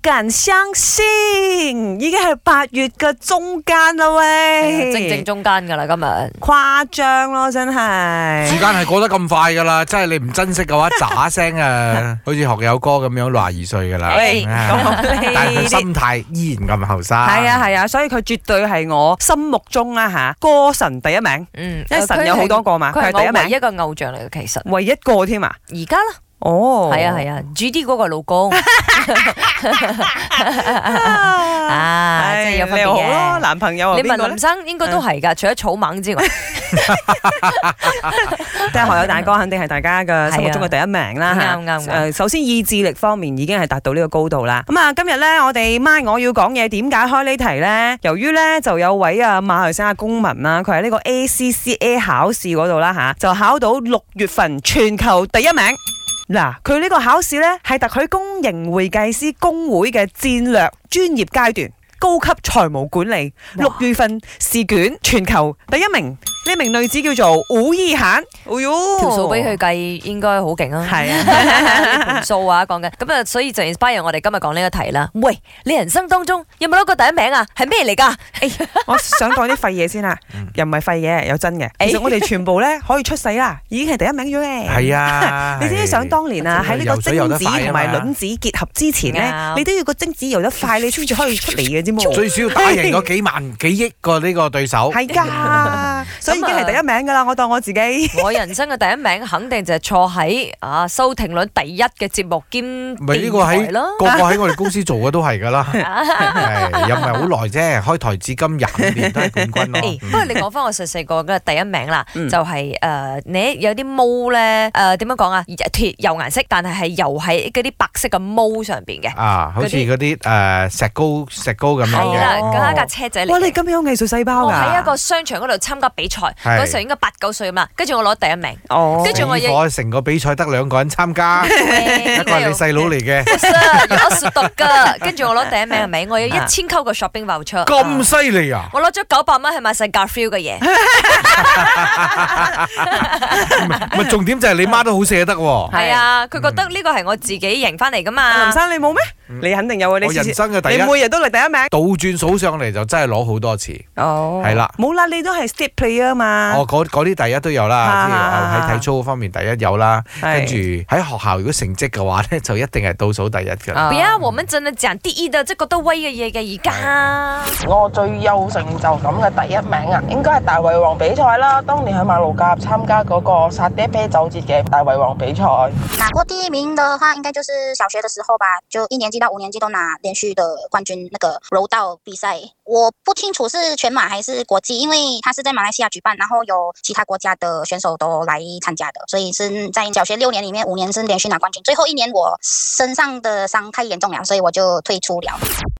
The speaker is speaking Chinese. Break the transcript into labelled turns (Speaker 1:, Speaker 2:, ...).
Speaker 1: 敢相信，已經係八月嘅中間啦喂，
Speaker 2: 哎正正中間㗎啦，今日
Speaker 1: 誇張咯，真係
Speaker 3: 時。 間係過得咁快 㗎啦，真係你唔珍惜嘅話，喳聲啊，好似學友哥咁樣六廿二歲㗎啦。
Speaker 1: 喂
Speaker 3: 啊
Speaker 1: 講呢啲
Speaker 3: 但係佢心態依然咁後生。
Speaker 1: 係啊係啊，所以佢絕對係我心目中啦吓歌神第一名，
Speaker 2: 嗯，
Speaker 1: 因為神有好多個嘛，
Speaker 2: 佢
Speaker 1: 佢
Speaker 2: 係我
Speaker 1: 係第一
Speaker 2: 唯一
Speaker 1: 名，
Speaker 2: 嘅偶像嚟嘅，其實
Speaker 1: 唯一個添啊。
Speaker 2: 而家啦，
Speaker 1: 哦，
Speaker 2: 係啊係啊，G D 嗰個老 公
Speaker 1: 啊，
Speaker 2: 啊，
Speaker 1: 唉
Speaker 2: 即係有分
Speaker 1: 你
Speaker 2: 別
Speaker 1: 好咯，
Speaker 2: 嘅。
Speaker 1: 男朋友啊
Speaker 2: 你
Speaker 1: 邊個嗯
Speaker 2: 問
Speaker 1: 咧
Speaker 2: 林？生應該都係㗎，除咗草蜢之外，
Speaker 1: 即係學友大哥，肯定係大家嘅心目中嘅第一名啦。
Speaker 2: 係
Speaker 1: 嚇
Speaker 2: 啊啱啱啱
Speaker 1: 誒首先意志力方面已經係達到呢個高度啦。咁啊，今日咧我哋媽我要講嘢，點解開呢題咧？由於咧就有位啊馬來西亞公民啦，佢喺呢個 ACCA 考試嗰度啦吓，就考到六月份全球第一名。嗱，佢呢個考試呢，係特許公營會計師公會嘅戰略專業階段高級財務管理
Speaker 2: 哇
Speaker 1: 六月份試卷全球第一名。呢名女子叫做吳意涵，哎呦，
Speaker 2: 條數俾佢計應該好勁啊。
Speaker 1: 係啊，
Speaker 2: 盤數啊，講緊咁啊，所以就 inspire 我哋今日講呢個題啦。喂，你人生當中有冇攞過第一名啊？係 咩嚟㗎？
Speaker 1: 我想講啲廢嘢 先啦，又唔係廢嘢，有真嘅。其實我哋全部咧可以出世啦，已經係第一 名咗嘅。
Speaker 3: 係啊，
Speaker 1: 你知唔知想當年啊？喺呢個精子同埋卵子結合之前咧，
Speaker 2: 啱
Speaker 1: 你都要個精子游得快，你先至可以出嚟嘅啫嘛。
Speaker 3: 最少要打贏嗰幾萬幾億個呢個對 手。
Speaker 1: 係㗎，所以已經係第一名㗎啦。我當我自己。
Speaker 2: 我人生嘅第一名肯定就係坐喺啊收聽率第一嘅節目兼
Speaker 3: 咪呢個喺
Speaker 2: 電台
Speaker 3: 個
Speaker 2: 啦。
Speaker 3: 個喺我哋公司做嘅都 係㗎啦，係又唔係好耐啫，開台至今廿五年都係冠軍 咯。
Speaker 2: 誒不過你講翻我細細個嘅第一名啦，
Speaker 1: 嗯
Speaker 2: 就係誒你有啲毛咧誒點樣講啊？鐵有顏色，但係係油喺嗰啲白色嘅毛上邊嘅，
Speaker 3: 啊，好似嗰啲誒石膏石膏咁樣
Speaker 2: 係
Speaker 3: 嘅
Speaker 2: 啦，
Speaker 1: 哦，
Speaker 2: 嗰一架車仔嚟
Speaker 1: 哇！你
Speaker 2: 嘅。
Speaker 1: 咁啊有藝術細胞
Speaker 2: 我
Speaker 1: 㗎。
Speaker 2: 喺一個商場嗰度參加比賽，
Speaker 3: 係
Speaker 2: 嗰時候應該八九歲嘛，跟住我攞第一名。
Speaker 1: 哦，
Speaker 2: 跟住我
Speaker 3: 死火，成個比賽得兩個 人參加，一
Speaker 2: 一
Speaker 3: 個係你細佬嚟嘅，
Speaker 2: 我熟讀噶，跟住我攞第一名係咪？我有一千溝嘅 shopping voucher，嗯
Speaker 3: 咁犀利啊！
Speaker 2: 我攞咗九百蚊去買晒 Garfield 嘅嘢，
Speaker 1: 啊
Speaker 3: 咪重點就係你媽都好捨得喎。
Speaker 2: 係啊，佢覺得呢個係我自己贏翻嚟噶嘛。
Speaker 1: 林生你冇咩？你肯定有啊！你
Speaker 3: 我
Speaker 1: 次
Speaker 3: 人
Speaker 1: 次
Speaker 3: 生嘅第
Speaker 1: 你
Speaker 3: 一，
Speaker 1: 每日都嚟第一名。
Speaker 3: 倒轉數上嚟就真係攞好多次。
Speaker 1: 哦
Speaker 3: 係啦哦
Speaker 1: 冇啦，你都係 step player 嘛。
Speaker 3: 我嗰嗰啲第一都有
Speaker 1: 啊
Speaker 3: 啦，即係喺體操方面第一有啦，
Speaker 1: 係
Speaker 3: 跟住喺學校如果成績嘅話咧，就一定係倒數第一㗎
Speaker 1: 啊
Speaker 3: 啦。
Speaker 2: 不要，我們真係講第一的，即係覺得威嘅嘢嘅而家。
Speaker 4: 我最有成就感嘅第一名啊，應該係大胃王比賽啦。當年喺馬路甲參加嗰個沙爹啤酒節嘅大胃王比賽。
Speaker 5: 拿过第一名的话，应该就是小学的时候吧，就一年级到五年级都拿连续的冠军那个柔道比赛。我不清楚是全马还是国际，因为它是在马来西亚举办，然后有其他国家的选手都来参加的，所以是在小学六年里面五年是连续拿冠军。最后一年我身上的伤太严重了，所以我就退出了。